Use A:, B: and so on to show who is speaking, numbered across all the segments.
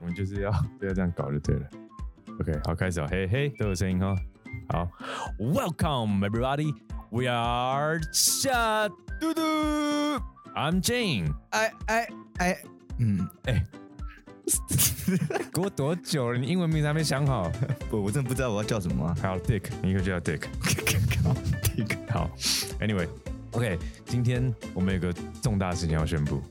A: 我们就是要 就要这样搞就对了。OK，好，开始哦，嘿嘿，都有声音哈。好，Welcome everybody, we are 夏嘟嘟，I'm Jane。
B: 哎哎哎，嗯，
A: 哎给我多久了？你英文名字还没想好？
B: 我我真 的不知道我要叫什么啊。
A: 好，Dick，你可以叫 Dick。好，Anyway，OK，、今天我们有个重大事情要宣布。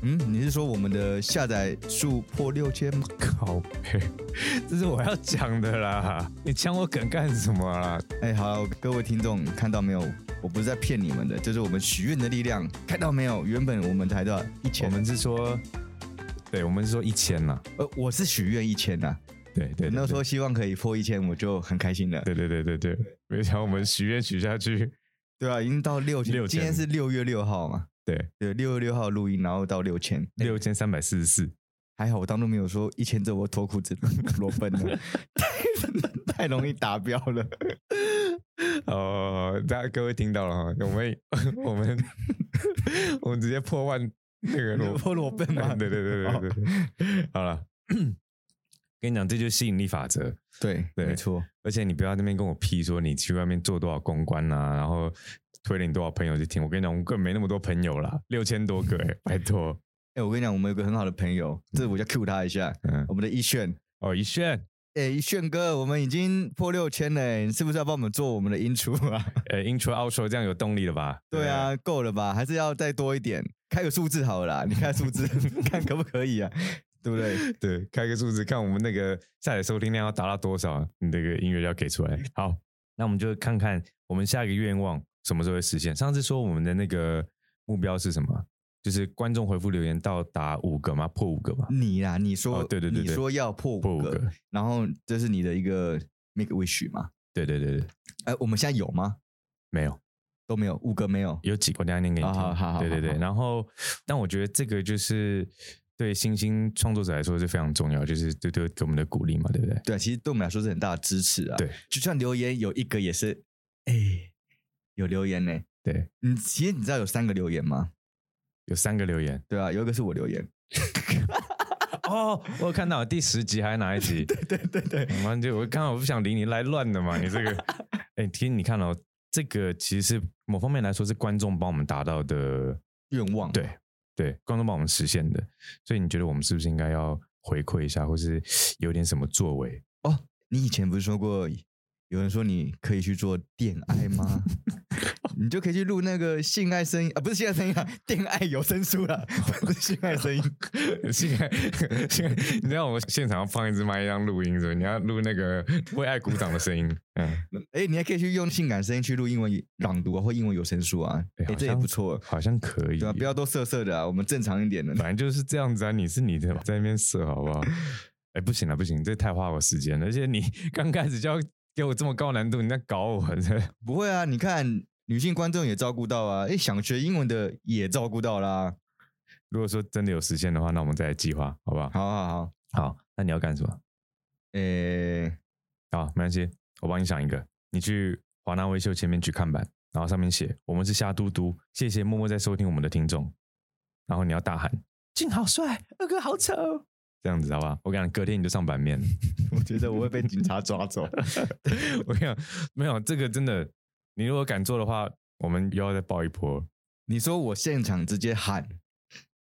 B: 嗯，你是说我们的下载数破六千吗？
A: 靠背， 这是我要讲的啦！你抢我梗干什么啊啦？
B: 哎，好，各位听众看到没有？我不是在骗你们的，这是我们许愿的力量。看到没有？原本我们才多少一
A: 我
B: 千，
A: 们是说，对，我们是说一千啦。
B: 呃，我是许愿一千呐、啊。
A: 对对对
B: 那时候希望可以破一千，我就很开心了。
A: 对对对对对，没想到我们许愿许下去，
B: 对啊，已经到六
A: 6000
B: 千，今天是六月六号嘛？
A: 对，
B: 对，六月六号录音，然后到六千。哎
A: 六千三百四十四。
B: 还好我当初没有说一千之后我脱裤子 裸奔了，太太容易达标了。
A: 哦，大家各位听到了哈，我 们我们 我们直接破万那个
B: 裸
A: 罗
B: 破裸奔吗？
A: 对对对对对对，好了，跟你讲，这就是吸引力法则。
B: 对，
A: 对
B: 没错，
A: 而且你不要在那边跟我屁说你去外面做多少公关啊，然后推了你多少朋友去听。我跟你讲，我根本没那么多朋友啦，六千多个哎、拜托。
B: 哎、我跟你讲，我们有个很好的朋友，这我就 cue 他一下，
A: 嗯，
B: 我们的一炫，
A: 哦，一炫，
B: 哎、一炫哥，我们已经破六千了、哎你是不是要帮我们做我们的 intro 啊？
A: 呃，intro outro 这样有动力了吧？
B: 对啊，够了吧？还是要再多一点，开个数字好了啦，你看数字， 看可不可以啊？对不对？
A: 对不对，对，开个数字，看我们那个下载收听量要达到多少，啊你这个音乐就要给出
B: 嗯
A: 来。好，那我们就看看我们下一个愿望什么时候会实现。上次说我们的那个目标是什么？啊就是观众回复留言到达五个吗？破五个吗？
B: 你啦，你说，
A: 哦对对对对
B: 你说要嗯破五
A: 破五
B: 个，
A: 个，
B: 然后这是你的一个 make a wish 嘛？
A: 对对对对，
B: 哎、我们现在有吗？
A: 没有。
B: 都没有，五个没有。
A: 有几个，我等一下念给你
B: 啊
A: 听。
B: 好好好
A: 对对
B: 好
A: 对。
B: 好
A: 然后，但我觉得这个就是对新兴创作者来说是非常重要，就是对对给我们的鼓励嘛，对不对？
B: 对，啊其实对我们来说是很大的支持啊。
A: 对，
B: 就算留言有一个也是，哎、有留言呢、
A: 对，
B: 你其实你知道有三个留言吗？
A: 有三个留言
B: 对啊，有一个是我留言。
A: 哦，我有看到第十集还是哪一集？
B: 对对对，
A: 我就我刚好不想理你，来乱的嘛，你这个。 哎、其实你看哦，这个其实是某方面来说是观众帮我们达到的，
B: 愿望。
A: 对对，观众帮我们实现的。所以你觉得我们是不是应该要回馈一下，或是有点什么作为？
B: 哦，你以前不是说过，有人说你可以去做恋爱吗？ 你就可以去录那个性爱声音啊，不是性爱声音啊，恋爱有声书啦，不是性爱声音。
A: 现在现在，你知道我们现场要放一支麦当录音是不是？你要录那个为爱鼓掌的声音，嗯，
B: 哎、你还可以去用性感声音去录英文朗读啊，或英文有声书啊，
A: 哎
B: 哎、
A: 好
B: 这也
A: 像
B: 不错。
A: 好像可以。
B: 对啊，不要，都色色的啊，我们正常一 点的。
A: 反正就是这样子啊。你是你的，在那边射好不好？哎，不行了，不行，这太花我时间了。而且你 刚开始就要给我这么高难度，你在搞我 这。
B: 不会啊，你看女性观众也照顾到啊，诶，想学英文的也照顾到啦。
A: 如果说真的有实现的话，那我们再来计划，好不好？
B: 好好好，
A: 好，那你要干什么？
B: 诶，
A: 好，没关系，我帮你想一个。你去华纳维秀前面举看板，然后上面写“我们是虾嘟嘟”，谢谢默默在收听我们的听众。然后你要大喊“俊好帅，二哥好丑”，这样子好不好？我跟你讲，隔天你就上版面。
B: 我觉得我会被警察抓 走。
A: 我跟你讲，没有这个真的，你如果敢做的话，我们又要再爆一波。
B: 你说我现场直接喊，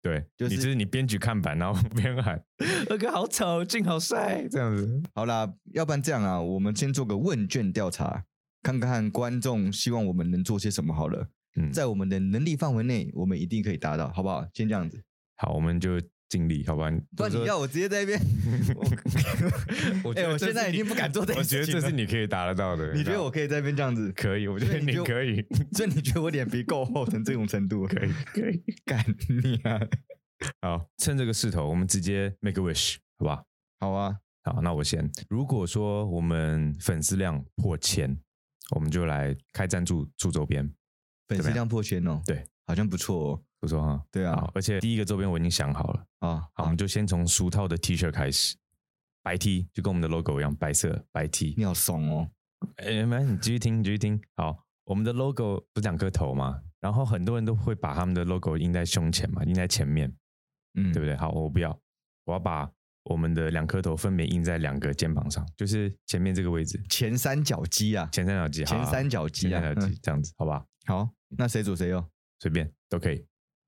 A: 对，
B: 就是
A: 你就是你边举看板，然后 边喊“二哥好丑，俊好帅”这样子。
B: 好啦，要不然这样啊，我们先做个问卷调查，看看观众希望我们能做些什么好了。
A: 嗯，
B: 在我们的能力范围内，我们一定可以达到，好不好？先这样子，
A: 好，我们就尽力，好吧？
B: 不
A: 到
B: 然
A: 时
B: 你
A: 候
B: 要我直接在那边，
A: 我
B: 哎
A: 觉得这
B: 我 现在
A: 是
B: 已
A: 你
B: 经不敢做这件
A: 我觉得
B: 事
A: 这
B: 情
A: 是
B: 了
A: 你可以达得到的。
B: 你觉
A: 知
B: 得
A: 道
B: 我可以在那边这样子？
A: 可以？我觉
B: 所
A: 得
B: 以你
A: 你
B: 就
A: 可以，
B: 所以你觉得我脸皮够厚成这种程 度？
A: 可以，可以。
B: 干你啊！
A: 好，趁这个势头，我们直接 make a wish，好吧？
B: 好啊，
A: 好，那我先。如果说我们粉丝量破千，我们就来开赞助出周边。
B: 粉丝量破千哦，
A: 对，
B: 好像不错哦。
A: 不错哈，
B: 对啊
A: 好，而且第一个周边我已经想好了，
B: 啊，
A: 好，我们就先从书套的 T 恤开始，白 T 就跟我们的 logo 一样，白色白 T。
B: 你好怂哦，
A: 哎，没事，你继续听，你继续听。好，我们的 logo 不是两颗头嘛，然后很多人都会把他们的 logo 印在胸前嘛，印在前面，
B: 嗯，
A: 对不
B: 对？
A: 对？好，我不要，我要把我们的两颗头分别印在两个肩膀上，就是前面这个位置，
B: 前三角肌啊，
A: 前三角肌，好
B: 前
A: 好
B: 三角肌
A: 前
B: 啊，
A: 三角
B: 嗯
A: 肌这样子，好不好？
B: 好，那谁左谁右
A: 随便都可以，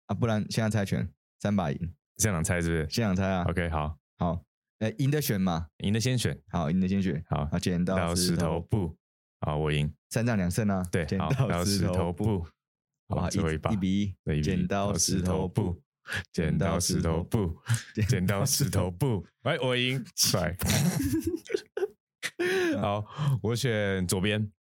B: 啊？不然现在猜拳，三把赢，
A: 现场猜是不是
B: 现场猜啊。
A: ？OK，好，
B: 好，呃，赢的选嘛，
A: 赢的先选，
B: 好，赢的先选。
A: 好，
B: 好，剪刀
A: 到
B: 石
A: 石
B: 头
A: 头布，好，我赢，
B: 三战两胜啊！
A: 对，
B: 剪
A: 好，
B: 刀
A: 到
B: 石
A: 石
B: 头
A: 头
B: 布，
A: 布，
B: 好吧，
A: 好，最后一把，
B: 一比一，
A: 对一比一
B: 剪刀石头布，，
A: 剪刀石头布，剪刀 石头布，哎，我 赢，帅。好，我选左边，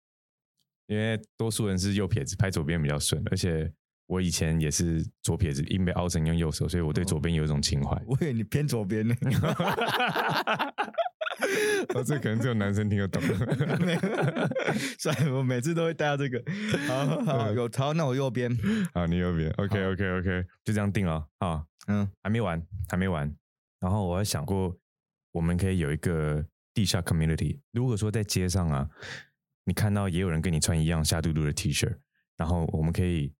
A: 因为多数人是右撇子，拍左边比较顺，而且我以前也是左撇子，因被凹成用右手，所以我对左边有一种情怀。
B: 我以为你偏左边呢，
A: 哦，这可能只有男生听得懂。
B: 没有算了，我每次都会带到这个。好好，有好，那我右边，
A: 好，你右边，OK OK OK，就这样定了啊。
B: 嗯，
A: 还没完，还没完。然后我还想过，我们可以有一个地下 community。如果说在街上啊，你看到也有人跟你穿一样虾嘟嘟的 T 恤，然后我们可以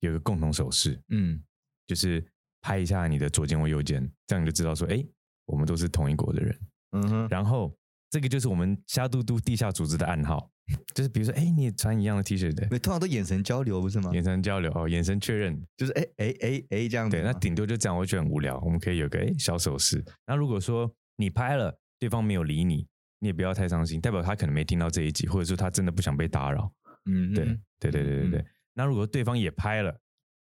A: 有一个共同手势，
B: 嗯，
A: 就是拍一下你的左肩或右肩，这样你就知道说，哎，我们都是同一国的人。
B: 嗯哼，
A: 然后这个就是我们虾嘟嘟地下组织的暗号， 就是比如说，哎，你也穿一样的 T 恤的，
B: 那通常都眼神交流不是吗？
A: 眼神交流哦，眼神确认，
B: 就是哎哎哎哎这样子
A: 对，
B: 嘛。
A: 那顶多就这样，我觉得很无聊。我们可以有个哎小手势。那如果说你拍了，对方没有理你，你也不要太伤心，代表他可能没听到这一集，或者说他真的不想被打扰。
B: 嗯，
A: 对，
B: 嗯
A: 对对对对对。那如果对方也拍了，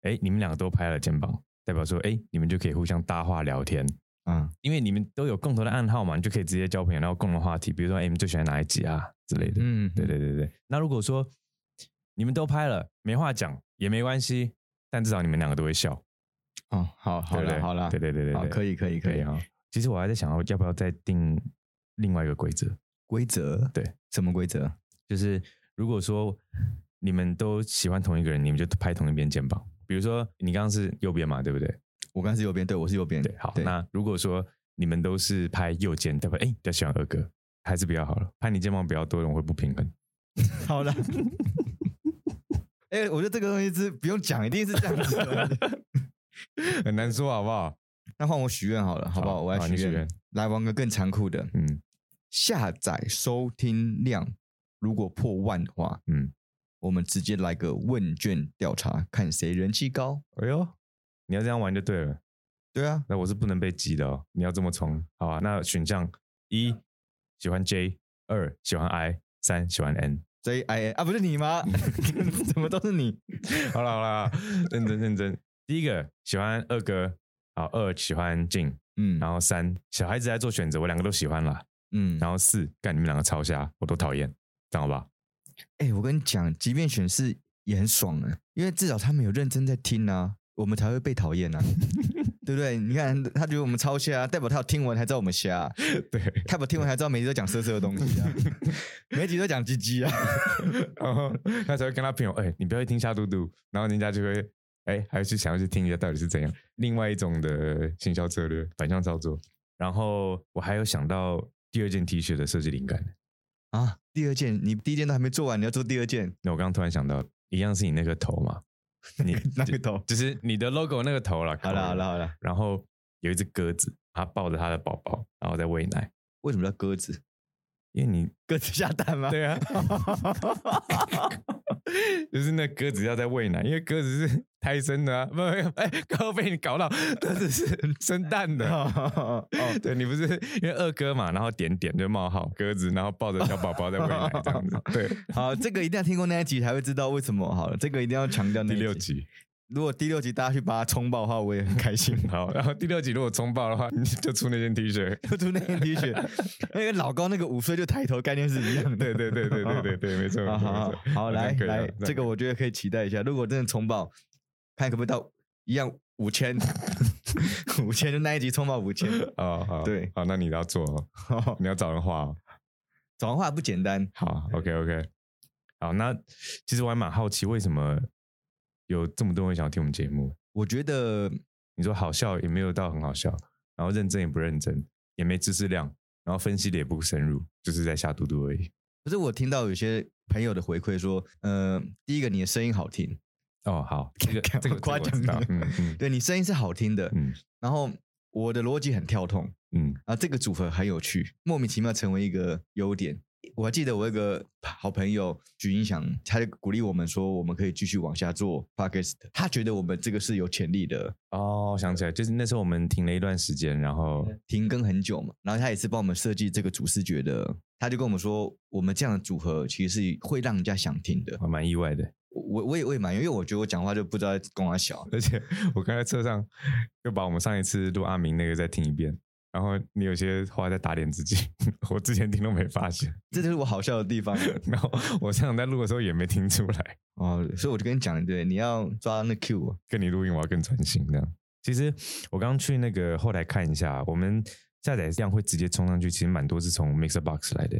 A: 哎，你们两个都拍了肩膀，代表说哎，你们就可以互相搭话聊天，
B: 啊，
A: 因为你们都有共同的暗号嘛，你就可以直接交朋友，然后共同话题，比如说哎，你们最喜欢哪一集啊之类的。
B: 嗯，
A: 对对对对。那如果说你们都拍了，没话讲也没关系，但至少你们两个都会笑。
B: 哦，好好
A: 对不
B: 了
A: 对
B: 好了，
A: 对对对对，
B: 好，
A: 对
B: 可以可以可
A: 可以
B: 以。
A: 啊。其实我还在想要要不要再定另外一个规则，
B: 规则
A: 对，
B: 什么规则？
A: 就是如果说你们都喜欢同一个人，你们就拍同一边肩膀。比如说你刚刚是右边嘛，对不对？
B: 我刚才是右边，对我是右边。
A: 对，好。那如果说你们都是拍右肩，代表哎比较喜欢二哥，还是比较好了。拍你肩膀比较多人会不平衡。
B: 好了。哎、我觉得这个东西是不用讲，一定是这样子 的。
A: 很难说好不好？
B: 那换我许愿好了，好不好？
A: 好
B: 我来
A: 好你许
B: 许愿
A: 愿。
B: 来玩个更残酷的，
A: 嗯
B: 下载收听量如果破万的话，
A: 嗯，
B: 我们直接来个问卷调查，看谁人气高。
A: 哎呦，你要这样玩就对了。
B: 对啊，
A: 那我是不能被激的哦，你要这么冲，好吧、那选项一喜欢 J，二喜欢 I，三喜欢 N。
B: 所以哎啊，不是你吗？ 怎么都是你？
A: 好了好了，认真认真。第一个喜欢二哥，好二喜欢静，
B: 嗯
A: 然后三小孩子在做选择，我两个都喜欢啦。
B: 嗯，
A: 然后四干你们两个超瞎，我都讨厌，这样好 吧？
B: 哎、我跟你讲，即便选是也很爽啊，因为至少他们有认真在听啊，我们才会被讨厌啊，对不对？你看他觉得我们超瞎，啊代表他有听完才知道我们瞎、
A: 对，
B: 代表听完才知道每集都讲色色的东西啊，每集都讲鸡鸡啊，
A: 然后他才会跟他朋友，哎、你不要去听瞎嘟嘟，然后人家就会，哎、还是想要去听一下到底是怎样。另外一种的行销策略，反向操作。然后我还有想到第二件 T 恤的设计灵感，
B: 啊，第二件你第一件都还没做完，你要做第二件，
A: 那我刚刚突然想到，一样是你那个头嘛， 你
B: 那个头。
A: 就是你的 logo 那个头了。
B: 好了好了好了，
A: 然后有一只鸽子，它抱着它的宝宝，然后在喂奶。
B: 为什么叫鸽子？
A: 因为你
B: 鸽子下蛋吗？
A: 对啊，就是那鸽子要在喂奶，因为鸽子是胎生的啊，不 不，不哎，刚刚被你搞到，鸽 子是生蛋的。
B: 哦，
A: 对你不是因为二哥嘛，然后点点就冒号鸽子，然后抱着小宝宝在喂奶这 样子。对，
B: 好，这个一定要听过那一集才会知道为什么。好了，这个一定要强调那
A: 第
B: 一
A: 六。集，
B: 如果第六集大家去把它冲爆的话，我也很开心。
A: 好，然后第六集如果冲爆的话， 你就出那件 T 恤。
B: 就出那件 T 恤，那个老高那个五岁就抬头概念是一样的。
A: 对对对对对对对，没错
B: 好
A: 没错
B: 好
A: 没
B: 啊好
A: 错。
B: 好，
A: 这样
B: 来
A: 可以啊
B: 来，
A: 这
B: 这
A: 样
B: 个我觉得可以期待一下。如果真的冲爆，看可不可以到一样五千，五千就那一集冲爆五千。
A: 哦，好，
B: 对
A: 好，那你要做哦， 你要找人画哦。
B: 转换话不简单，
A: 好，OK OK，好，那其实我还蛮好奇，为什么有这么多人想要听我们节目？
B: 我觉得
A: 你说好笑也没有到很好笑，然后认真也不认真，也没知识量，然后分析的也不深入，就是在瞎嘟嘟而已。
B: 可是我听到有些朋友的回馈说，呃，第一个你的声音好听，
A: 哦，好，这个这个
B: 夸
A: 这个我知
B: 奖
A: 道
B: 你
A: 嗯嗯
B: 对你声音是好听的，
A: 嗯，
B: 然后我的逻辑很跳痛
A: 嗯，
B: 啊，这个组合很有趣，莫名其妙成为一个优点。我还记得我有一个好朋友许英祥，他就鼓励我们说，我们可以继续往下做 podcast。他觉得我们这个是有潜力的，
A: 哦，想起来，就是那时候我们停了一段时间，然后
B: 停更很久嘛，然后他也是帮我们设计这个主视觉的。他就跟我们说，我们这样的组合其实是会让人家想听的。
A: 还蛮意外的。
B: 我我也我也蛮，因为我觉得我讲话就不知道在跟我小，
A: 而且我刚才车上又把我们上一次录阿明那个再听一遍，然后你有些话在打脸自己， 我之前听都没发现，
B: 这就是我好笑的地方。
A: 然后我上场在录的时候也没听出来。
B: 哦，所以我就跟你讲，对，你要抓那 Q 啊。
A: 跟你录音，我要更专心这样。其实我刚去那个后台看一下，我们下载量会直接冲上去，其实蛮多是从 Mixer Box 来的。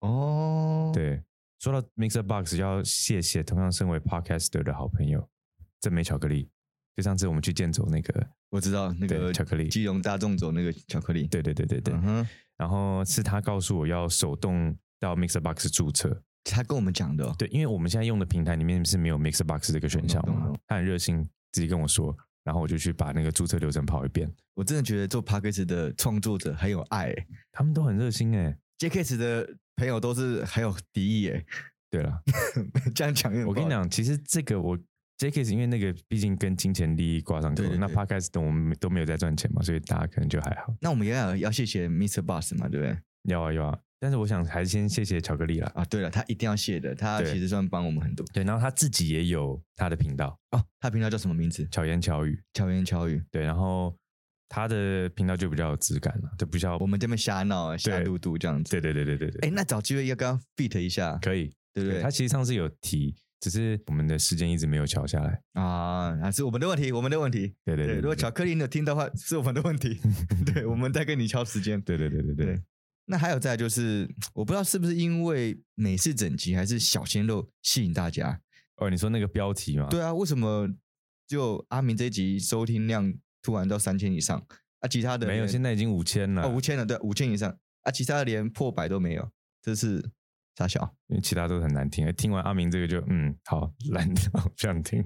B: 哦，，
A: 对，说到 Mixer Box，要谢谢同样身为 Podcaster 的好朋友正美巧克力。就上次我们去健走那个，
B: 我知道那个
A: 对巧克力
B: 基隆大众走那个巧克力。，
A: 对对对对对，
B: 嗯哼，
A: 然后是他告诉我要手动到 Mixer Box 注册。
B: 他跟我们讲的哦、
A: 对，因为我们现在用的平台里面是没有 Mixer Box 这个选项
B: 懂懂
A: 嘛
B: 懂，
A: 他很热心，直接跟我说，然后我就去把那个注册流程跑一遍，
B: 我真的觉得做 p a c k a g e 的创作者很有爱、欸、
A: 他们都很热心哎、
B: ，JKS 的朋友都是很有敌意哎、
A: 对了，
B: 这样讲有点
A: 我跟你
B: 不好，
A: 讲，其实这个我 JK 因为那个毕竟跟金钱利益挂上钩
B: 对
A: 了，
B: 对
A: 那
B: 对
A: Podcast 我们都没有在赚钱嘛，所以大家可能就还好。
B: 那我们也要要谢谢 Mr. Boss 嘛，对不对？
A: 要啊要啊，但是我想还是先谢谢巧克力啦。
B: 啊，对了，他一定要谢的，他
A: 对
B: 其实算帮我们很多
A: 对，然后他自己也有他的频道
B: 哦。他频道叫什么名
A: “
B: 字？
A: 巧言巧语
B: 巧言巧语”，。
A: 对，然后他的频道就比较有质感了，就比较
B: 我们这边瞎闹、啊瞎
A: 对
B: 嘟嘟这样子。
A: 对对对对对对，
B: 哎、那找机会要跟他 fit 一下，
A: 可以。
B: 对不对？
A: 他其实上次有提，只是我们的时间一直没有敲下来。
B: 啊，还是我们的问题，我们的问题。
A: 对对
B: 对，
A: 对，
B: 如果
A: 对
B: 巧克力你有听到的话，是我们的问题。 对，我们在跟你敲时间。
A: 对对对对对
B: 对，那还有再来就是，我不知道是不是因为美式整齐还是小鲜肉吸引大家。
A: 哦，你说那个标题嘛？
B: 对啊，为什么就阿明这一集收听量突然到三千以上啊？其他的
A: 没有，
B: 连
A: 现在已经五千了
B: 哦，五千了，对，五千以上啊，其他的连破百都没有，这是傻小。
A: 因为其他都很难听。哎听完阿明这个就嗯，好 懒得不想听。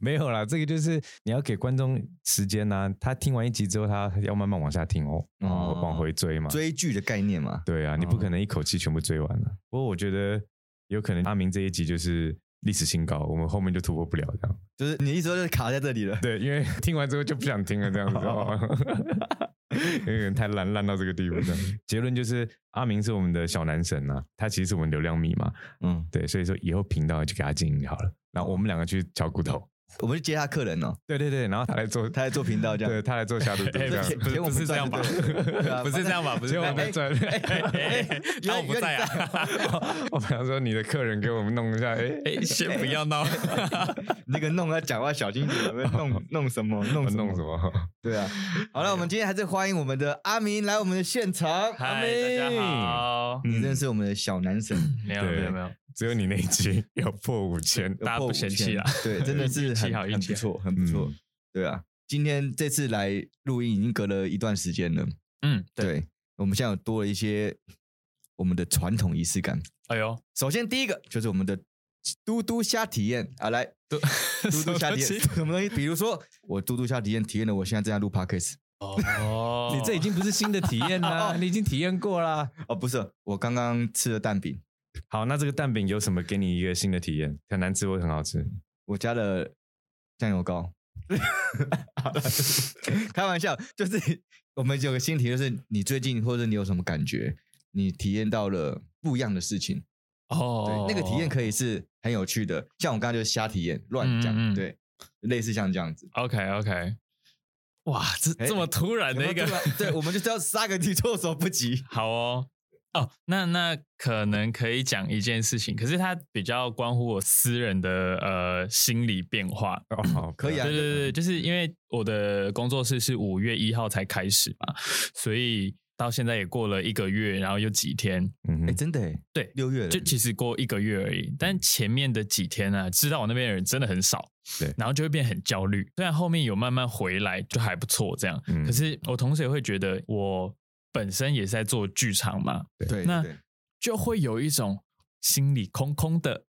A: 没有啦，这个就是你要给观众时间呐、他听完一集之后，他要慢慢往下听哦，
B: 哦
A: 然后往回追嘛。
B: 追剧的概念嘛，
A: 对啊，你
B: 哦
A: 不可能一口气全部追完了。不过我觉得有可能阿明这一集就是历史新高，我们后面就突破不了这样。
B: 就是你一说就是卡在这里了。
A: 对，因为 听完之后就不想听了这样子。
B: 哦
A: 哦有点太烂烂到这个地步这样。结论就是阿明是我们的小男神呐、他其实是我们流量密码。
B: 嗯，
A: 对，所以说以后频道就给他经营就好了。然后我们两个去敲骨头，
B: 我们去接他客人哦，
A: 对对对，然后他来做，
B: 他在做频道这样。
A: 对他来做下 毒毒
C: 哎
A: 这样
B: 钱
C: 不。
B: 钱我们赚就对了对啊
C: 不是这样吧？不是
A: 结
C: 这
A: 果我
C: 样吧？哎
A: 们赚，
C: 那我不在啊！
A: 我本来说你的客人给我们弄一下，哎，
C: 哎，先不要闹，
B: 那个弄要讲话小心一点，弄弄什么 弄
A: 我 弄什？么？
B: 对啊，好了，我们今天还是欢迎我们的阿明来我们的现场。
C: 嗨，大家好。
B: 你真的是我们的小男神，
C: 没有没有没有，
A: 只有你那一集要破五千，
C: 大家不嫌弃啊？
B: 对，真的是
C: 运气
B: 很
C: 好
B: 很
C: 运
B: 不
C: 气
B: 错，很不错
A: 嗯。
B: 对啊，今天这次来录音已经隔了一段时间了，
C: 嗯，对，
B: 对我们现在有多了一些我们的传统仪式感。
C: 哎呦，
B: 首先第一个就是我们的嘟嘟虾体验啊，来
C: 嘟
B: 嘟嘟虾体验什么东西？比如说我嘟嘟虾体验体验了，我现在正在录 podcast
C: 哦，
A: 你这已经不是新的体验 啦，你已经体验过啦。
B: 哦，不是，我刚刚吃了蛋饼，
A: 好，那这个蛋饼有什么给你一个新的体验？很难吃或很好吃？
B: 我加了酱油膏。 好了 开玩笑，就是我们有个新题，就是你最近或者你有什么感觉？你体验到了不一样的事情，
C: 哦，
B: 对，那个体验可以是很有趣的。像我刚刚就是瞎体验，乱讲，
C: 嗯嗯嗯
B: 对，类似像这样子。
C: OK OK，哇，这
B: 哎
C: 这么突然的一
B: 有
C: 个
B: 没，有突然对，我们就是要杀个你措手不及。
C: 好哦。哦，那那可能可以讲一件事情，可是它比较关乎我私人的呃心理变化。
A: 哦，好
B: 可以啊
C: 对对对，就是因为我的工作室是五月一号才开始嘛，所以到现在也过了一个月，然后又几天，
A: 嗯
B: 哎、
A: 哼，
B: 真的哎，
C: 对
B: 六月了
C: 就其实过一个月而已。
A: 嗯
C: 但前面的几天呢、知道我那边的人真的很少，
A: 对
C: 然后就会变很焦虑。虽然后面有慢慢回来，就还不错这样，
A: 嗯
C: 可是我同时也会觉得我本身也是在做剧场嘛，
B: 对，
C: 那
B: 对
C: 就会有一种心里空空的。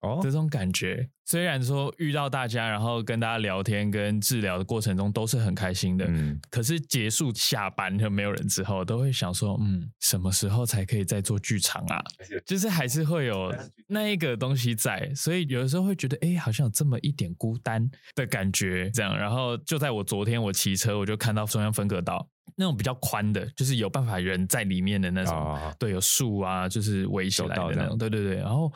A: 哦
C: 这，种感觉。虽然说遇到大家，然后跟大家聊天跟治疗的过程中都是很开心的，
A: 嗯，
C: 可是结束下班和没有人之后，都会想说，嗯，什么时候才可以再做剧场 啊？就是还是会有那一个东西在，所以有的时候会觉得，哎、好像有这么一点孤单的感觉，这样。然后就在我昨天我骑车，我就看到中央分隔岛那种比较宽的，就是有办法人在里面的那种，
A: 啊，
C: 对，有树啊，就是围起来
A: 走道
C: 的
A: 这
C: 那种，
A: 样
C: 对对对。然后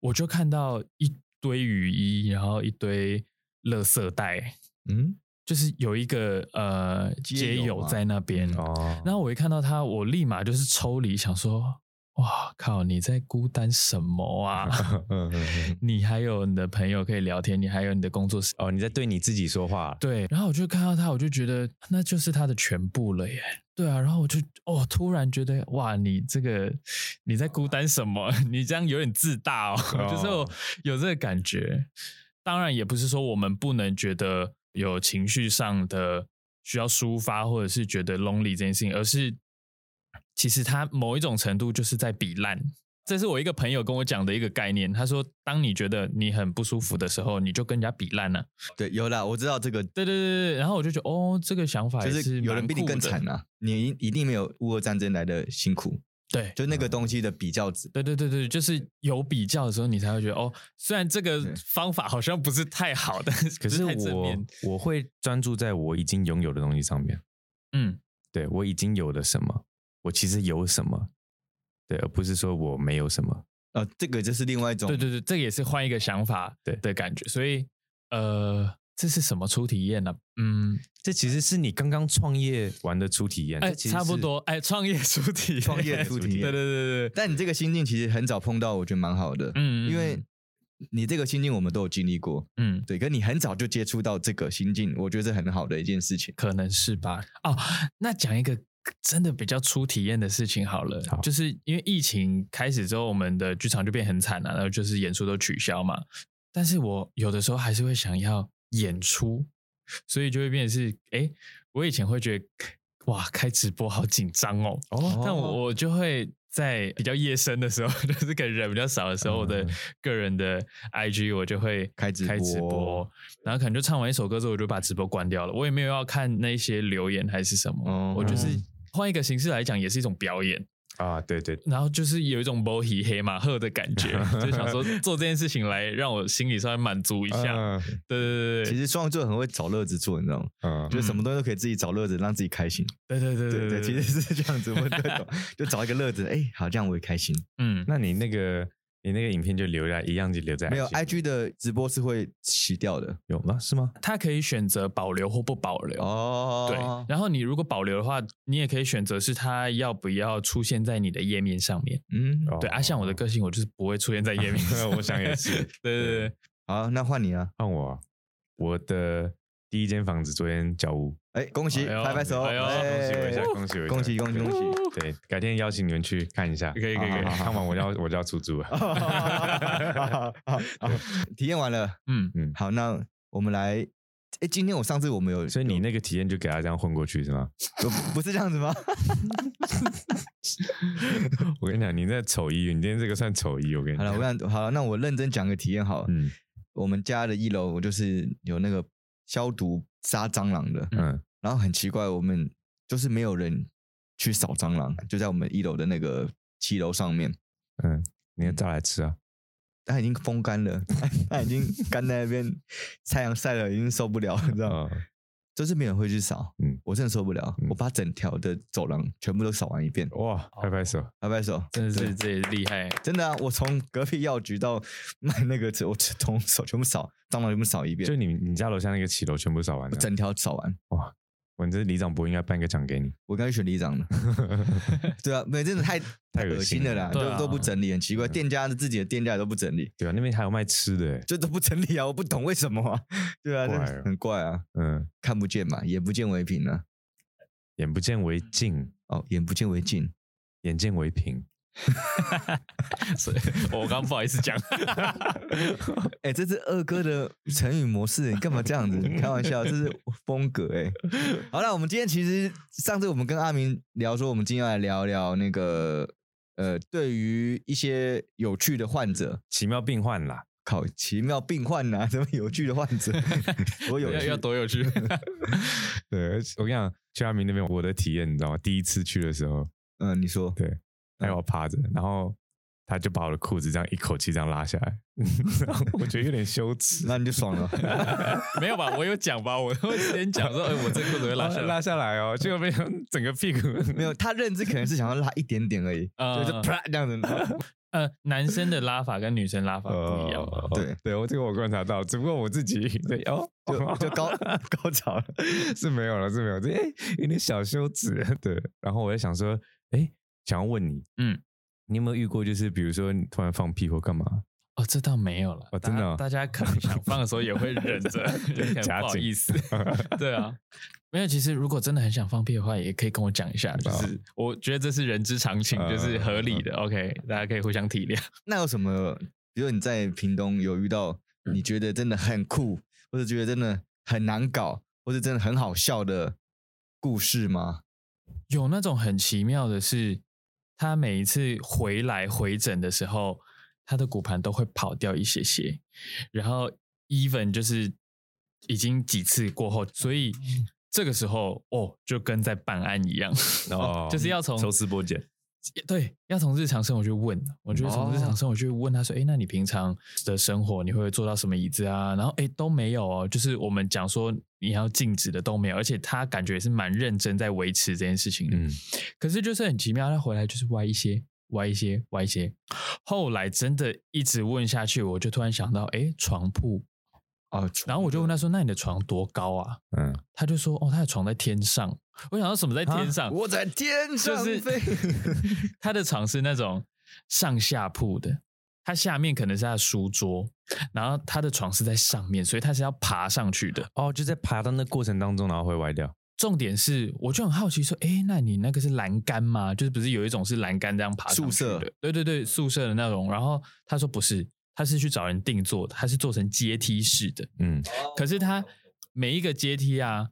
C: 我就看到一堆雨衣，然后一堆垃圾袋，
B: 嗯，
C: 就是有一个呃
B: 街
C: 街
B: 友
C: 友
B: 吗
C: 在那边。
B: 嗯
A: 哦，
C: 然后我一看到他，我立马就是抽离，想说：哇靠，你在孤单什么啊？
A: 嗯嗯嗯
C: 你还有你的朋友可以聊天，你还有你的工作室。
A: 哦，你在对你自己说话，
C: 对，然后我就看到他，我就觉得那就是他的全部了耶。对啊，然后我就哦，突然觉得哇，你这个你在孤单什么？ 你这样有点自大哦，
A: 哦
C: 就是我有这个感觉。当然，也不是说我们不能觉得有情绪上的需要抒发，或者是觉得 lonely 这件事情，而是其实他某一种程度就是在比烂。这是我一个朋友跟我讲的一个概念，他说，当你觉得你很不舒服的时候，你就跟人家比烂了、啊
B: 对，有啦，我知道这个，
C: 对对对对，然后我就觉得哦，这个想法
B: 就
C: 也
B: 是有人
C: 蛮
B: 比你
C: 酷
B: 更
C: 的
B: 惨，啊，你一定没有乌俄战争来的辛苦，
C: 对。
B: 就那个东西的比较值。
C: 对对对对，就是有比较的时候，你才会觉得哦，虽然这个
B: 对
C: 方法好像不是太好，但是
A: 可是
C: 不太正
A: 我
C: 面。
A: 我会专注在我已经拥有的东西上面，
C: 嗯，
A: 对我已经有的什么，我其实有什么，对，而不是说我没有什么，
B: 呃，这个就是另外一种，
C: 对对对，这也是换一个想法
A: 对
C: 的感觉。所以呃，这是什么初体验呢、嗯，
A: 这其实是你刚刚创业完的初体验，
C: 哎，
A: 这其实
C: 差不
A: 是
C: 多，哎，创业初体验，
B: 创 业初体验
C: 对对对对对，
B: 但你这个心境其实很早碰到，我觉得蛮好的，
C: 嗯，嗯
B: 因为你这个心境我们都有经历过，
C: 嗯，
B: 对，跟你很早就接触到这个心境，我觉得是很好的一件事情。
C: 可能是吧。哦，那讲一个真的比较初体验的事情好了，
A: 好
C: 就是因为疫情开始之后，我们的剧场就变很惨了、然后就是演出都取消嘛。但是我有的时候还是会想要演出，所以就会变成是，哎，我以前会觉得，哇，开直播好紧张哦，
A: 哦
C: 但我我就会在比较夜深的时候， 就是跟人比较少的时候，我的
A: 嗯
C: 个人的 IG 我就会
B: 开直
C: 开直
B: 播
C: 播，然后可能就唱完一首歌之后，我就把直播关掉了。我也没有要看那些留言还是什么，
B: 哦
C: 我就是
A: 嗯
C: 换一个形式来讲，也是一种表演。
A: 啊，对对，
C: 然后就是有一种 b o h 黑马赫的感 觉，就想说做这件事情来让我心里稍微满足一下。
A: 嗯
C: 对对对
B: 其
C: 对，
B: 实双鱼座很会找乐子做，你知道吗？
A: 嗯
B: 就是什么东西都可以自己找乐子，让自己开心。
C: 对对对
B: 对对，
C: 对
B: 其实是这样子，我们都 懂，就找一个乐子，哎，好，这样我也开心。
C: 嗯，
A: 那你那个你那个影片就留在一样就留在
B: 没有
A: IG
B: IG 的直播是会洗掉的
A: 有吗？是 吗？
C: 他可以选择保留或不保留。
B: 哦
C: 对，然后你如果保留的话，你也可以选择是它要不要出现在你的页面上面。
B: 嗯，
A: 哦
C: 对啊，像我的个性，我就是不会出现在页面上。
A: 我想也是
C: 对对对，
B: 好，那换你啊。
A: 换我啊，我的第一间房子昨天交屋，
B: 哎，恭喜，
C: 哎呦
B: 拍拍手，
C: 哎呦
A: 恭喜我一下，
B: 哎
A: 恭喜我一下，
B: 恭喜恭喜
A: 对
B: 恭喜！
A: 对，改天邀请你们去看一下，啊
C: 可以可以可 以
A: 好好好看完我就要我就要出租了。
B: 好好好好体验完了，
C: 嗯，
A: 嗯，
B: 好，那我们来。哎，今天我上次我们有，
A: 所以你那个体验就给他这样混过去是吗？
B: 不不是这样子吗？
A: 我跟你讲，你那丑一，你今天这个算丑一，我跟你
B: 好了，
A: 讲
B: 我。想好了，那我认真讲个体验好了。
A: 嗯
B: 我们家的一楼，我就是有那个消毒杀蟑螂的，
A: 嗯
B: 然后很奇怪，我们就是没有人去扫蟑螂，就在我们一楼的那个七楼上面，
A: 嗯，你要照来吃啊？
B: 它已经风干了，它已经干在那边，太阳晒了已经受不了，你知道吗？
A: 嗯
B: 就是没有人会去扫，
A: 嗯
B: 我真的受不了，
A: 嗯
B: 我把整条的走廊全部都扫完一遍，
A: 哇，拍拍手，
B: 拍拍手，
C: 真的
B: 对
C: 是这也厉害。
B: 真的啊！我从隔壁药局到卖那个车，我从手全部扫，蟑螂全部扫一遍
A: 就，你你家楼下那个骑楼全部扫完
B: 我
A: 了。
B: 整条扫完。
A: 我这里长博应该颁个奖给你。
B: 我刚才选 里长了，对啊，没真的太
A: 太恶
B: 恶
A: 心
B: 心了啦，
A: 了
B: 都、
C: 对啊
B: 都不整理，很奇怪，
A: 嗯
B: 店家的自己的店家也都不整理，
A: 对啊，那边还有卖吃的欸，
B: 这都不整理啊，我不懂为什么啊， 对啊，
A: 怪
B: 这
A: 哦
B: 很怪啊，
A: 嗯，
B: 看不见嘛，眼不见为凭啊，
A: 眼不见为净，
B: 哦，眼不见为净，
A: 眼见为凭。
C: 所以我刚不好意思讲，
B: 哎、这是二哥的成语模式，你干嘛这样子？开玩笑，这是风格哎、好了，我们今天其实上次我们跟阿明聊说，我们今天要来聊聊那个呃，对于一些有趣的患者，
A: 奇妙病患啦，
B: 靠，奇妙病患呐、什么有趣的患者，我有
C: 要
B: 趣
C: 要多有趣，
A: 对，而且我跟你讲，去阿明那边我的体验，你知道吗？第一次去的时候，
B: 嗯、你说
A: 对，他要我趴着，然后他就把我的裤子这样一口气这样拉下来， 然后我觉得有点羞耻。
B: 那你就爽了。
C: 没有吧？我有讲吧？我会先讲说，哎、我这裤子会拉下
A: 哦
C: 来，
A: 拉下来哦，结果 被整个屁股
B: 没有，他认知可能是想要拉一点点而已，
C: 呃
B: 就是啪这样子。
C: 呃，男生的拉法跟女生拉法不一样嘛。
A: 哦
B: 对
A: 对，我这个我观察到，只不过我自己 对哦，
B: 就就高 高潮了，
A: 是没有了，是没有，这、诶有点小羞耻。对，然后我在想说，哎，想要问你，
C: 嗯，
A: 你有没有遇过，就是比如说你突然放屁或干嘛，
C: 哦，这倒没有了，
A: 哦
C: 大
A: 真的哦
C: 大家可能想放的时候也会忍 着，有点
A: 夹
C: 不好
A: 紧
C: 意思。对啊，没有。其实如果真的很想放屁的话，也可以跟我讲一下，就是我觉得这是人之常情，
A: 哦嗯
C: 就是合理的。OK，大家可以互相 体谅。
B: 那有什么？比如你在屏东有遇到
C: 嗯
B: 你觉得真的很酷，或者觉得真的很难搞，或者真的很好笑的故事吗？
C: 有那种很奇妙的是，他每一次回来回诊的时候，他的骨盘都会跑掉一些些，然后 even 就是已经几次过后，所以这个时候哦，就跟在办案一样，
A: 嗯哦
C: 就是要从
A: 抽丝剥茧，
C: 对，要从日常生活去问，啊我觉得从日常生活去问他说，哎、那你平常的生活你会做到什么椅子啊？然后哎都没有哦，就是我们讲说你要禁止的都没有，而且他感觉也是蛮认真在维持这件事情的。
A: 嗯，
C: 可是就是很奇妙，他回来就是歪一些，歪一些，歪一些。后来真的一直问下去，我就突然想到，哎，床铺。
B: 哦，
C: 然后我就问他说：“那你的床多高啊
A: 嗯，？”
C: 他就说：“哦，他的床在天上。”我想到什么在天上？
B: 啊我在 天上
C: 就是
B: 飞，
C: 他的床是那种上下铺的，他下面可能是他的书桌，然后他的床是在上面，所以他是要爬上去的。
A: 哦，就在爬到那过程当中，然后会歪掉，
C: 重点是，我就很好奇说，哎，那你那个是栏杆吗？就是不是有一种是栏杆这样爬上去
B: 宿舍
C: 的？对对对，宿舍的那种。然后他说不是，他是去找人定做的，他是做成阶梯式的。
A: 嗯，
C: 可是他每一个阶梯啊，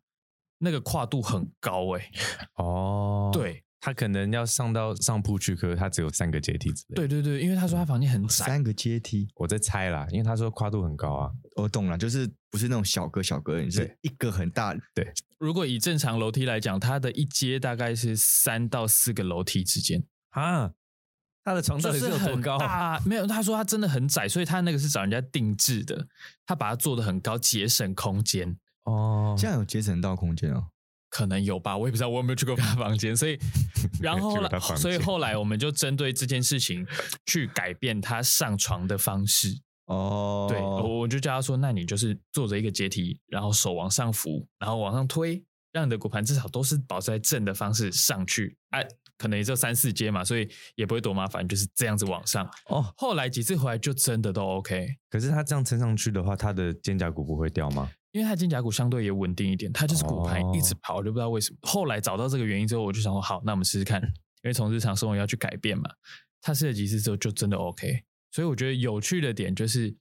C: 那个跨度很高哎、
A: 哦，，
C: 对
A: 他可能要上到上铺去，可是他只有三个阶梯之类。，
C: 对对对，因为他说他房间很窄，
B: 三个阶梯。
A: 我在猜啦，因为他说跨度很高啊，
B: 我懂了，就是不是那种小格小格，你是
A: 对
B: 一个很大，
C: 如果以正常楼梯来讲，它的一阶大概是三到四个楼梯之间，
A: 啊，他的床到
C: 就
A: 底
C: 是
A: 有多
C: 很
A: 高？啊
C: 大。没有，他说他真的很窄，所以他那个是找人家定制的，他把它做的很高，节省空间，
A: 哦，
B: 这样有节省到空间哦。
C: 可能有吧，我也不知道，我有没有去过他房间，所以然后后
A: 去过他
C: 来，
A: 房间
C: 所以后来我们就针对这件事情去改变他上床的方式。
B: 哦，
C: 对，呃我我就叫他说，那你就是坐着一个阶梯，然后手往上扶，然后往上推，让你的骨盘至少都是保持在正的方式上去。哎、可能也就三四阶嘛，所以也不会多麻烦，就是这样子往上。
A: 哦，
C: 后来几次回来就真的都 OK，
A: 可是他这样撑上去的话，他的肩胛骨不会掉吗？
C: 因为他肩胛骨相对也稳定一点，他就是骨盘
A: 哦
C: 一直跑，我就不知道为什么。后来找到这个原因之后，我就想说，好，那我们试试看，因为从日常生活要去改变嘛。他试了几次之后，就真的 OK。所以我觉得有趣的点就是，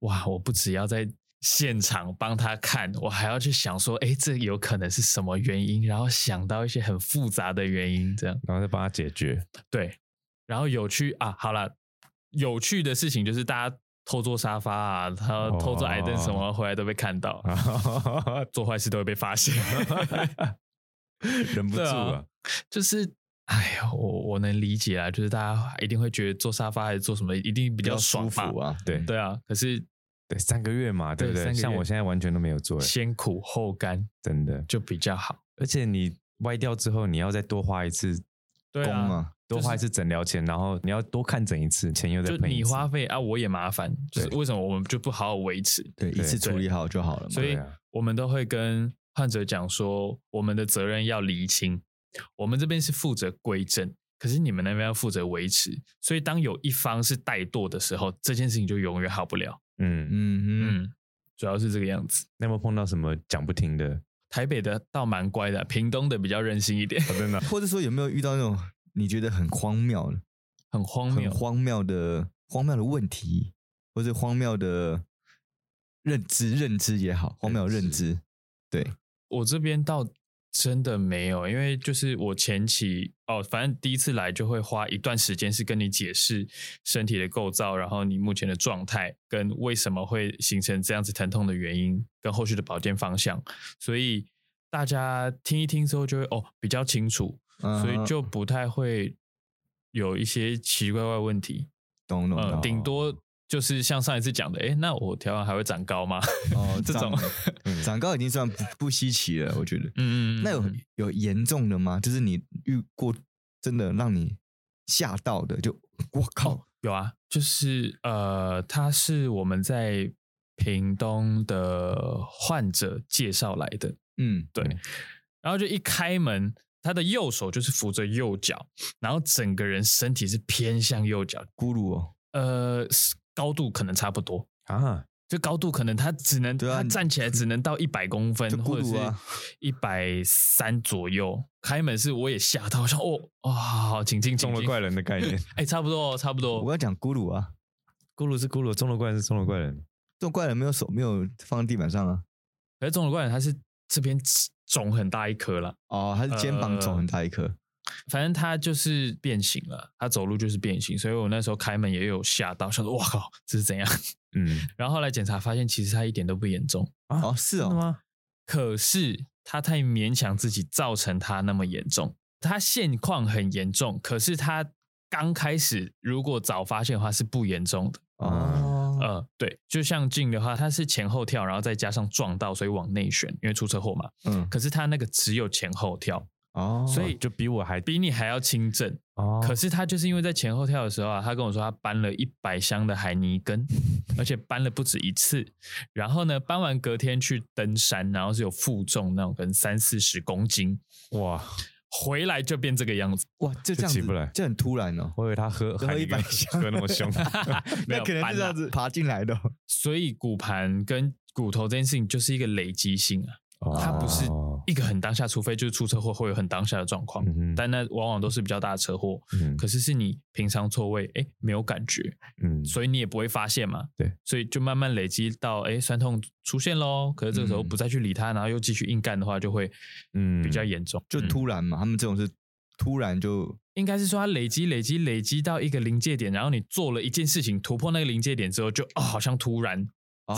C: 哇，我不只要在现场帮他看，我还要去想说，哎，这有可能是什么原因，然后想到一些很复杂的原因，这样。
A: 然后再帮他解 决。
C: 对，然后有趣啊，好了，有趣的事情就是大家偷坐沙发啊，他偷坐矮凳什么，回来都被看到，做坏事都会被发现，
A: 忍不住
C: 对
A: 了
C: 啊。就是。哎呀，我我能理解啊，就是大家一定会觉得坐沙发还是做什么一定
B: 比
C: 比较
B: 舒
C: 爽吧？
B: 服啊。
A: 对
C: 对啊，可是
A: 对，三个月嘛，对不
C: 对
A: 对？
C: 三个月
A: 像我现在完全都没有做，
C: 先苦后甘
A: 真的。
C: 就比较好。
A: 而且你歪掉之后，你要再多花一次，
C: 对
B: 弓
C: 啊，
B: 啊，
A: 多花一次诊疗钱，然后你要多看诊一次，钱又再
C: 就
A: 喷一
C: 你
A: 次。
C: 花费啊，我也麻烦，就是
A: 对
C: 为什么我们就不好好维持？
B: 对，一
A: 对
B: 次处理好就好了嘛。
C: 所以
A: 对啊
C: 我们都会跟患者讲说，我们的责任要厘清，我们这边是负责归正，可是你们那边要负责维持。所以当有一方是怠惰的时候，这件事情就永远好不了。
A: 嗯，
B: 嗯嗯，
C: 嗯，主要是这个样子。
A: 那有没有碰到什么讲不听的？
C: 台北的倒蛮乖的，啊屏东的比较任性一点，
A: 哦真的，啊
B: 或者说有没有遇到那种你觉得很荒谬的、
C: 很荒
B: 很
C: 谬。
B: 荒谬的、荒谬的问题，或者荒谬的认知、认知也好，荒谬的认
A: 认知
B: 知，对，
C: 我这边到真的没有，因为就是我前期哦，反正第一次来就会花一段时间是跟你解释身体的构造，然后你目前的状态跟为什么会形成这样子疼痛的原因，跟后续的保健方向，所以大家听一听之后就会哦比较清楚，
B: 嗯
C: 所以就不太会有一些奇奇怪怪的问题，
B: 懂懂
C: 呃，
B: 懂，
C: 顶多就是像上一次讲的，诶，那我调完还会长高吗？
B: 哦
C: 这种
B: 长长高已经算不不稀奇了，我觉得。
C: 嗯嗯嗯，
B: 那有有严重的吗？就是你遇过真的让你吓到的，就 我靠，
C: 有啊，就是呃，他是我们在屏东的患者介绍来的，
B: 嗯，
C: 对，然后就一开门，他的右手就是扶着右脚，然后整个人身体是偏向右脚，
B: 咕噜哦，
C: 呃，是高度可能差不多。
A: 啊，
C: 就高度可能他只能、
B: 对啊
C: 他
B: 你
C: 站起来只能到一百公分
B: 就，咕
C: 或者
B: 噜啊
C: 是一百三左右。开门是我也吓到，我想哦哦，好好，请进，请
A: 中了
C: 进
A: 怪人的概念，
C: 哎、差不多，差不
B: 我
C: 多。
B: 要讲咕噜啊，
A: 咕噜是咕噜，中了怪人是中了怪人，
B: 这种怪人没有手没有放在地板上啊，
C: 可是中了怪人，它是这边肿很大一颗了，
B: 哦，他是肩膀
C: 呃
B: 肿很大一颗，
C: 反正它就是变形了，它走路就是变形，所以我那时候开门也有吓到，想说哇靠，这是怎样？
A: 嗯，
C: 然后后来检查发现，其实它一点都不严重，
A: 啊
B: 哦，是
A: 真的
B: 哦，
A: 吗？
C: 可是它太勉强自己，造成它那么严重。它现况很严重，可是它刚开始如果早发现的话是不严重的。
B: 哦，
C: 呃，对，就像静的话，它是前后跳，然后再加上撞到，所以往内旋，因为出车祸嘛。
B: 嗯，
C: 可是它那个只有前后跳，
B: 哦，
C: 所以
A: 就比我还
C: 比你还要轻症。
A: 哦
C: 可是他就是因为在前后跳的时候啊，他跟我说他搬了一百箱的海泥 根，而且搬了不止一次。然后呢，搬完隔天去登山，然后是有负重那种，跟三四十公斤，
A: 哇，
C: 回来就变这个样子。
B: 哇，就这样
A: 起
B: 子
A: 不来
B: 这很突然哦，
A: 我以为他喝
B: 喝
A: 海
B: 一
A: 尼根
B: 百箱
A: 喝那么 凶，
C: 没
B: 那
C: 有
B: 可能
C: 搬
B: 是这
C: 啊
B: 样子爬进来的哦，
C: 所以骨盘跟骨头这件事情就是一个累积性啊，它不是
A: 哦
C: 一个很当下，除非就是出车祸会有很当下的状况，
A: 嗯哼
C: 但那往往都是比较大的车祸。
A: 嗯
C: 可是是你平常错位，哎，没有感觉，
A: 嗯
C: 所以你也不会发现嘛。
A: 对，
C: 所以就慢慢累积到，哎，酸痛出现喽。可是这个时候不再去理它，然后又继续硬干的话，就会
A: 嗯
C: 比较严重。
B: 就
C: 嗯
B: 突然嘛，他们这种是突然就
C: 应该是说它累积、累积、累积到一个临界点，然后你做了一件事情，突破那个临界点之后，就哦，好像突然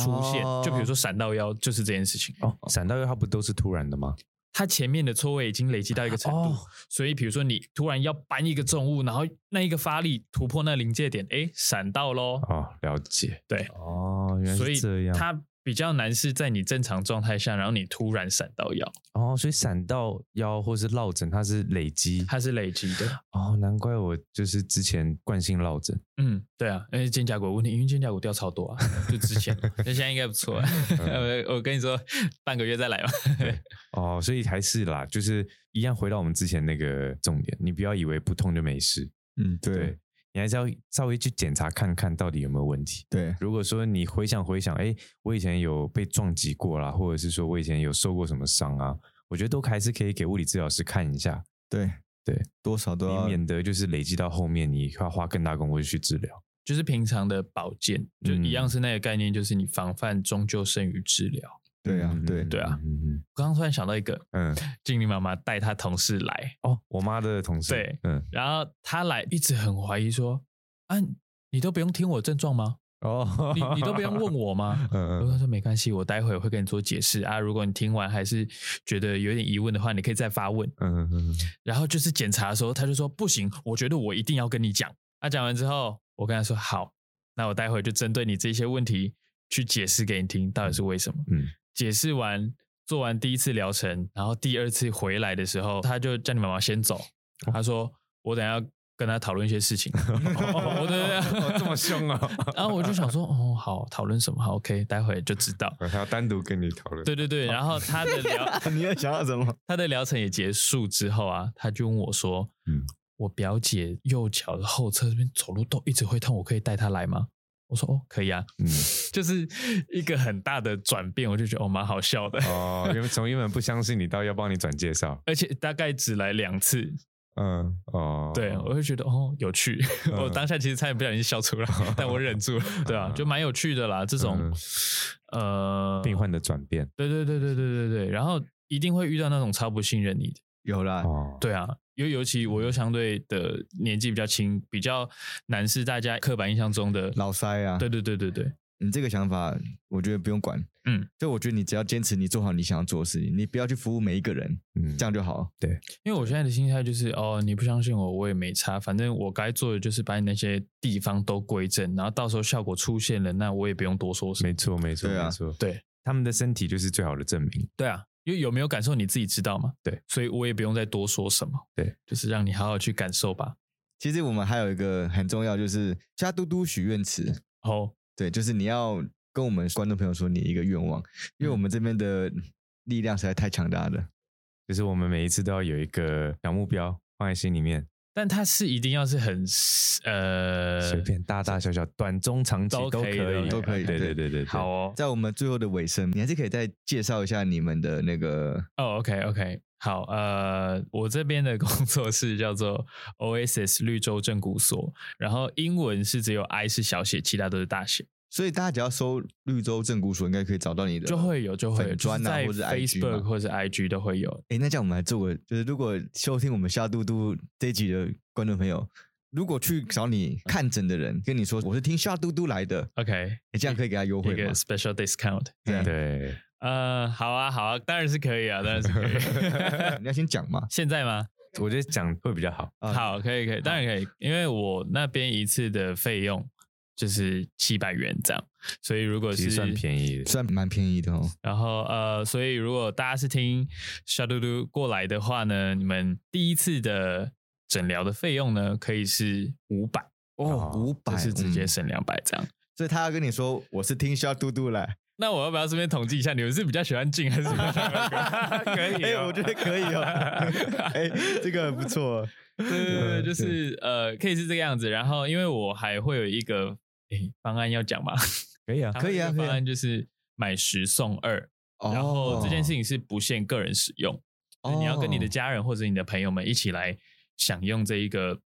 C: 出现。
B: 哦
C: 就比如说闪到腰，就是这件事情。
A: 哦，闪到腰它不都是突然的吗？
C: 它前面的错位已经累积到一个程度，
A: 哦
C: 所以比如说你突然要搬一个重物，然后那一个发力突破那临界点，哎，闪到喽。
A: 哦，了解，
C: 对，
A: 哦，原
C: 所
A: 来
C: 以
A: 是这样，
C: 它比较难是在你正常状态下，然后你突然闪到腰，
A: 哦，所以闪到腰或是落枕，它是累积，
C: 它是累积 的。
A: 哦，难怪我就是之前惯性落枕，
C: 嗯，对啊，而且肩胛骨有问题，因为肩胛骨掉超多啊，就之 前，那现在应该不错、啊
A: 嗯
C: 我我跟你说，半个月再来吧。
A: 哦，所以还是啦，就是一样回到我们之前那个重点，你不要以为不痛就没事，
B: 嗯，
A: 对你还是要稍微去检查看看到底有没有问题。
B: 对，
A: 如果说你回想回想，哎，我以前有被撞击过啦，或者是说我以前有受过什么伤啊，我觉得都还是可以给物理治疗师看一下，
B: 对
A: 对，啊
B: 多少都
A: 你
B: 要
A: 免得就是累积到后面你要花更大功夫去治疗。
C: 就是平常的保健，就
A: 嗯
C: 一样是那个概念，就是你防范终究胜于治疗。
B: 对啊
A: 嗯
B: 对
C: 对啊
A: 嗯
C: 我刚刚突然想到一个，
A: 嗯，
C: 静玲妈妈带她同事来，
A: 哦，我妈的同事，
C: 对
A: 嗯，
C: 然后她来一直很怀疑说：“啊，你都不用听我症状吗？
A: 哦
C: 你你都不用问，我吗？”
A: 嗯
C: 我
A: 嗯，
C: 跟他说没关系，我待会会跟你做解释啊。如果你听完还是觉得有点疑问的话，你可以再发问。
A: 嗯嗯
C: 然后就是检查的时候，他就说不行，我觉得我一定要跟你讲。他、讲完之后，我跟他说好，那我待会就针对你这些问题去解释给你听，到底是为什么。
A: 嗯，
C: 解释完，做完第一次疗程，然后第二次回来的时候，他就叫你妈妈先走。
A: 哦
C: 他说我等一下跟他讨论一些事情。 我的
A: 哦这么凶 啊！
C: 然后我就想说，哦，好，讨论什么？好，OK，待会就知道。
A: 我还要单独跟你讨论。
C: 对对对，然后他的 疗
B: 你要想要什么？
C: 他的疗程也结束之后啊，他就问我说：“
A: 嗯
C: 我表姐右脚的后侧这边走路都一直会痛，我可以带她来吗？”我说：“哦，可以啊。
A: 嗯，”
C: 就是一个很大的转变，我就觉得哦，蛮好笑的。
A: 哦，原本从原本不相信你，到要帮你转介绍，
C: 而且大概只来两次，
A: 嗯，哦，
C: 对我就觉得哦有趣，
A: 嗯
C: 我当下其实差点不小心笑出来， 但我忍住了，对啊，就蛮有趣的啦。这种、
A: 嗯
C: 呃
A: 病患的转变，
C: 对对对对对对对。然后一定会遇到那种超不信任你的。
B: 有啦，
A: 哦，
C: 对啊，尤尤其我又
A: 嗯
C: 相对的年纪比较轻，比较难是大家刻板印象中的。
B: 老塞啊，
C: 对对对对对，
B: 你这个想法，我觉得不用管。
C: 嗯，
B: 就我觉得你只要坚持你做好你想要做的事情，你不要去服务每一个人，
A: 嗯
B: 这样就好。
C: 因为我现在的心态就是，哦，你不相信我，我也没差，反正我该做的就是把你那些地方都归正，然后到时候效果出现了，那我也不用多说什么
A: 没。错没错
B: 对啊
A: 没错，
C: 对
A: 他们的身体就是最好的证明。
C: 对啊，因为有没有感受你自己知道嘛。
A: 对，
C: 所以我也不用再多说什么。
A: 对，
C: 就是让你好好去感受吧。
B: 其实我们还有一个很重要，就是加嘟嘟许愿池。
C: 哦，
B: 对，就是你要跟我们观众朋友说你一个愿望，因为我们
C: 嗯
B: 这边的力量实在太强大了。
A: 就是我们每一次都要有一个小目标放在心里面，
C: 但它是一定要是很呃
A: 随便大大小小、短中长期
C: 都
A: 都
C: 可以
A: 以，
C: 都
B: 可以
A: 对对对对，
C: 好
A: 哦，
C: 哦。
B: 在我们最后的尾声，你还是可以再介绍一下你们的那个
C: 哦，OK，OK、o k OK，好，呃，我这边的工作室叫做 Oasis 绿洲正骨所，然后英文是只有 I 是小写，其他都是大写，
B: 所以大家只要搜绿洲正骨所，应该可以找到你的，
C: 就会有就
B: 啊
C: 会有，
B: 粉
C: 就是
B: 砖啊
C: 在
B: 或者 IG 嘛
C: Facebook 或者 IG 都会有。
B: 哎，那这样我们来做个，就是如果收听我们夏嘟嘟这一集的观众朋友，如果去找你看诊的人跟你说我是听夏嘟嘟来的，
C: 嗯 OK，
B: 诶这样可以给他优
C: 一
B: 惠吗
C: 个？special discount，
B: 对啊
A: 对，
C: 呃，好啊，好啊，当然是可以啊，当然是可 以。
B: 你要先讲嘛。
C: 现在吗？
A: 我觉得讲会比较好。
B: 啊
C: 好，可以，可以，当然可以，因为我那边一次的费用就是七百元这样，所以如果
A: 其
C: 是
A: 实算便宜的，
B: 算蛮便宜的哦。
C: 然后呃，所以如果大家是听小嘟嘟过来的话呢，你们第一次的诊疗的费用呢，可以是五百，
A: 哦
B: 五
C: 就
B: 百
C: 是直接
B: 嗯
C: 省两百这样。
B: 所以他要跟你说我是听夏嘟嘟来，
C: 那我要不要顺便统计一下，你们是比较喜欢进还是比较喜欢 可以、啊
B: 哎，我觉得可以 哦。哎，这个很不错。
C: 对对对，
B: 嗯
C: 就是呃，可以是这个样子。然后因为我还会有一个诶方案要讲嘛，
A: 可以啊
B: 可以啊
C: 还会有一个
B: 可以啊
C: 方案就是买十送二，
B: 哦
C: 然后这件事情是不限个人使用。就是你要跟你的
B: 哦
C: 家人或者你的朋友们一起来享用这一个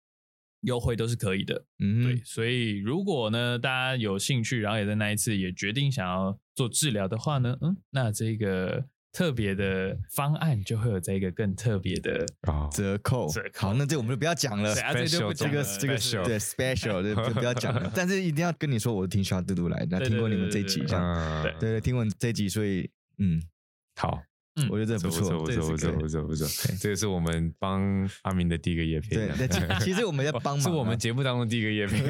C: 优惠都是可以的。对，
B: 嗯，
C: 所以如果呢大家有兴趣，然后也在那一次也决定想要做治疗的话呢，嗯，那这个特别的方案就会有这个更特别的。
A: 哦，
B: 折扣
C: 折扣
B: 好，那这我们就不要讲了
C: 对。啊，这就
A: Special
C: 不
B: 呃这
C: 讲
B: 个
C: 了
A: 中
B: 这个是
A: special
B: 对 special 对就不要讲 了，但是一定要跟你说我是听小嘟嘟来的，
C: 对对
B: 听过你们这一集
C: 对对
B: 这样，
A: 嗯，
C: 对
B: 对对，听完这一集，所以嗯，
A: 好，
C: 嗯
B: 我觉得这
A: 不
B: 不错，
A: 不
B: 这
A: 错，不
B: 是
A: 错，
B: 可以
A: 不错，不 错
B: 对，
A: 这个是我们帮阿明的第一个叶片
B: 对，，那 其其实我们在帮忙啊，
A: 是我们节目当中第一个叶 片，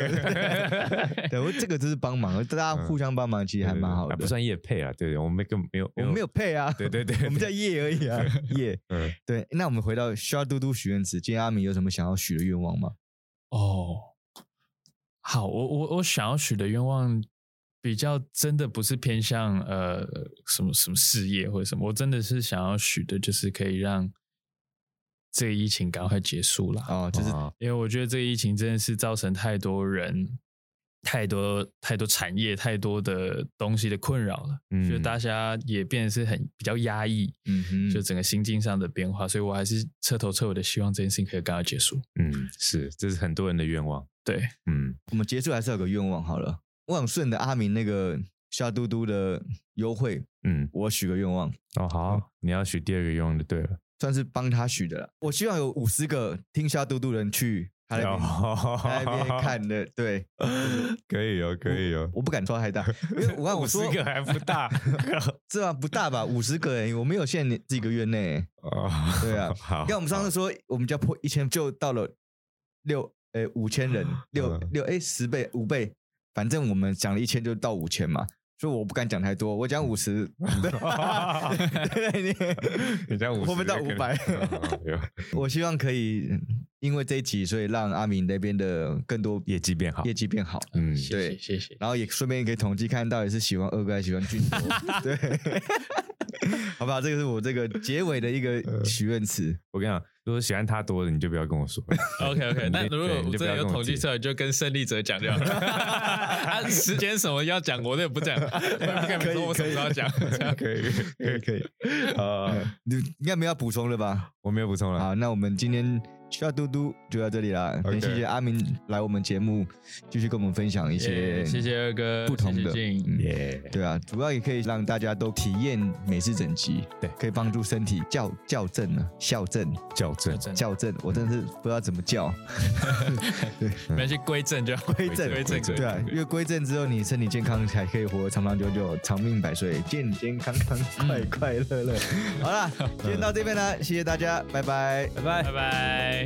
B: 对，我这个就是帮 忙，大家互相帮忙，其实还蛮
C: 嗯
B: 好
A: 还不
B: 的。
A: 算叶配 啊，对对，我们根本没有，
B: 我们没有，配啊，
A: 对对对，
B: 我们叫叶而已啊，叶。
A: 嗯，
B: 对，那我们回到需要嘟嘟许愿池，今天阿米有什么想要许的愿望吗？
C: 哦，好，我我我想要许的愿望比较真的不是偏向呃什么什么事业或者什么，我真的是想要许的就是可以让这个疫情赶快结束啦。
B: 哦，就是
A: 哦
C: 因为我觉得这个疫情真的是造成太多人、太多、太多产业、太多的东西的困扰了。
A: 嗯
C: 就大家也变得是很比较压抑，
B: 嗯哼，
C: 就整个心境上的变化，所以我还是彻头彻尾的希望这件事情可以赶快结束。
A: 嗯，是，这是很多人的愿望，
C: 对，
A: 嗯，
B: 我们结束还是有个愿望好了。我想顺着阿明那个笑嘟嘟的优惠，
A: 嗯，
B: 我许个愿望，
A: 哦，好，你要许第二个愿望就对了，
B: 算是帮他许的了。我希望有五十个听笑嘟嘟的人去他那边。
A: 哦
B: 他那边看的，对，
A: 可以哦，可以哦，
B: 我不敢说太大，因为 我看我说
A: 50个还不 大，
B: 这吧不大吧，五十个人，我没有限这个月内。
A: 哦，
B: 对啊
A: 好，
B: 你看我 们上次说，我们就要破一千，就到了六呃五千人，六
A: 嗯
B: 六哎十倍五倍，反正我们讲了一千就到五千嘛，所以我不敢讲太多，我讲五 十，对对对，
A: 你这样50
B: 会不会到
A: 就可以
B: 500
A: 有
B: 你我希望可以因为这一集，所以让阿明那边的更多
A: 业绩变好
B: 业绩变好。
A: 嗯，
C: 谢谢
B: 对
C: 谢谢。
B: 然后也顺便可以统计看到底是喜欢二哥还是喜欢俊博， 对，好不好？这个是我这个结尾的一个许愿词。
A: 我跟你讲，如果喜欢他多的，你就不要跟我说。
C: OK
A: 对
C: OK，那
A: 你就
C: 如果
A: 对你
C: 我
A: 就不
C: 真的
A: 要
C: 有
A: 跟我
C: 统计
A: 提
C: 出来，就跟胜利者讲就好了。啊，时间什么要讲，我也不讲，我也不敢说我什么时候要讲。这 样
A: 可以 可以可以，呃，
B: 你应该没有要补充了吧？
A: 我没有补充了。
B: 好，那我们今天需要嘟嘟就到这里啦。很
A: OK
B: 谢谢阿明来我们节目，继续跟我们分享一些，
C: 耶谢谢二哥，
B: 不同的
C: 谢谢静
A: 耶、
B: 对啊，主要也可以让大家都体验美式整脊，
A: 对
B: 可以帮助身体校校正啊，校正
A: 校正，
C: 正
B: 校正，我真的是不知道怎么叫，
C: 没关系，归正就好
B: 归正
C: 归
A: 归
C: 正，
A: 正
B: 对啊，因为归正之后，你身体健康才可以活得长长久久，长命百岁，健健康康，快快乐乐。好啦，今天到这边啦，谢谢大家，拜拜。
C: 拜拜拜拜。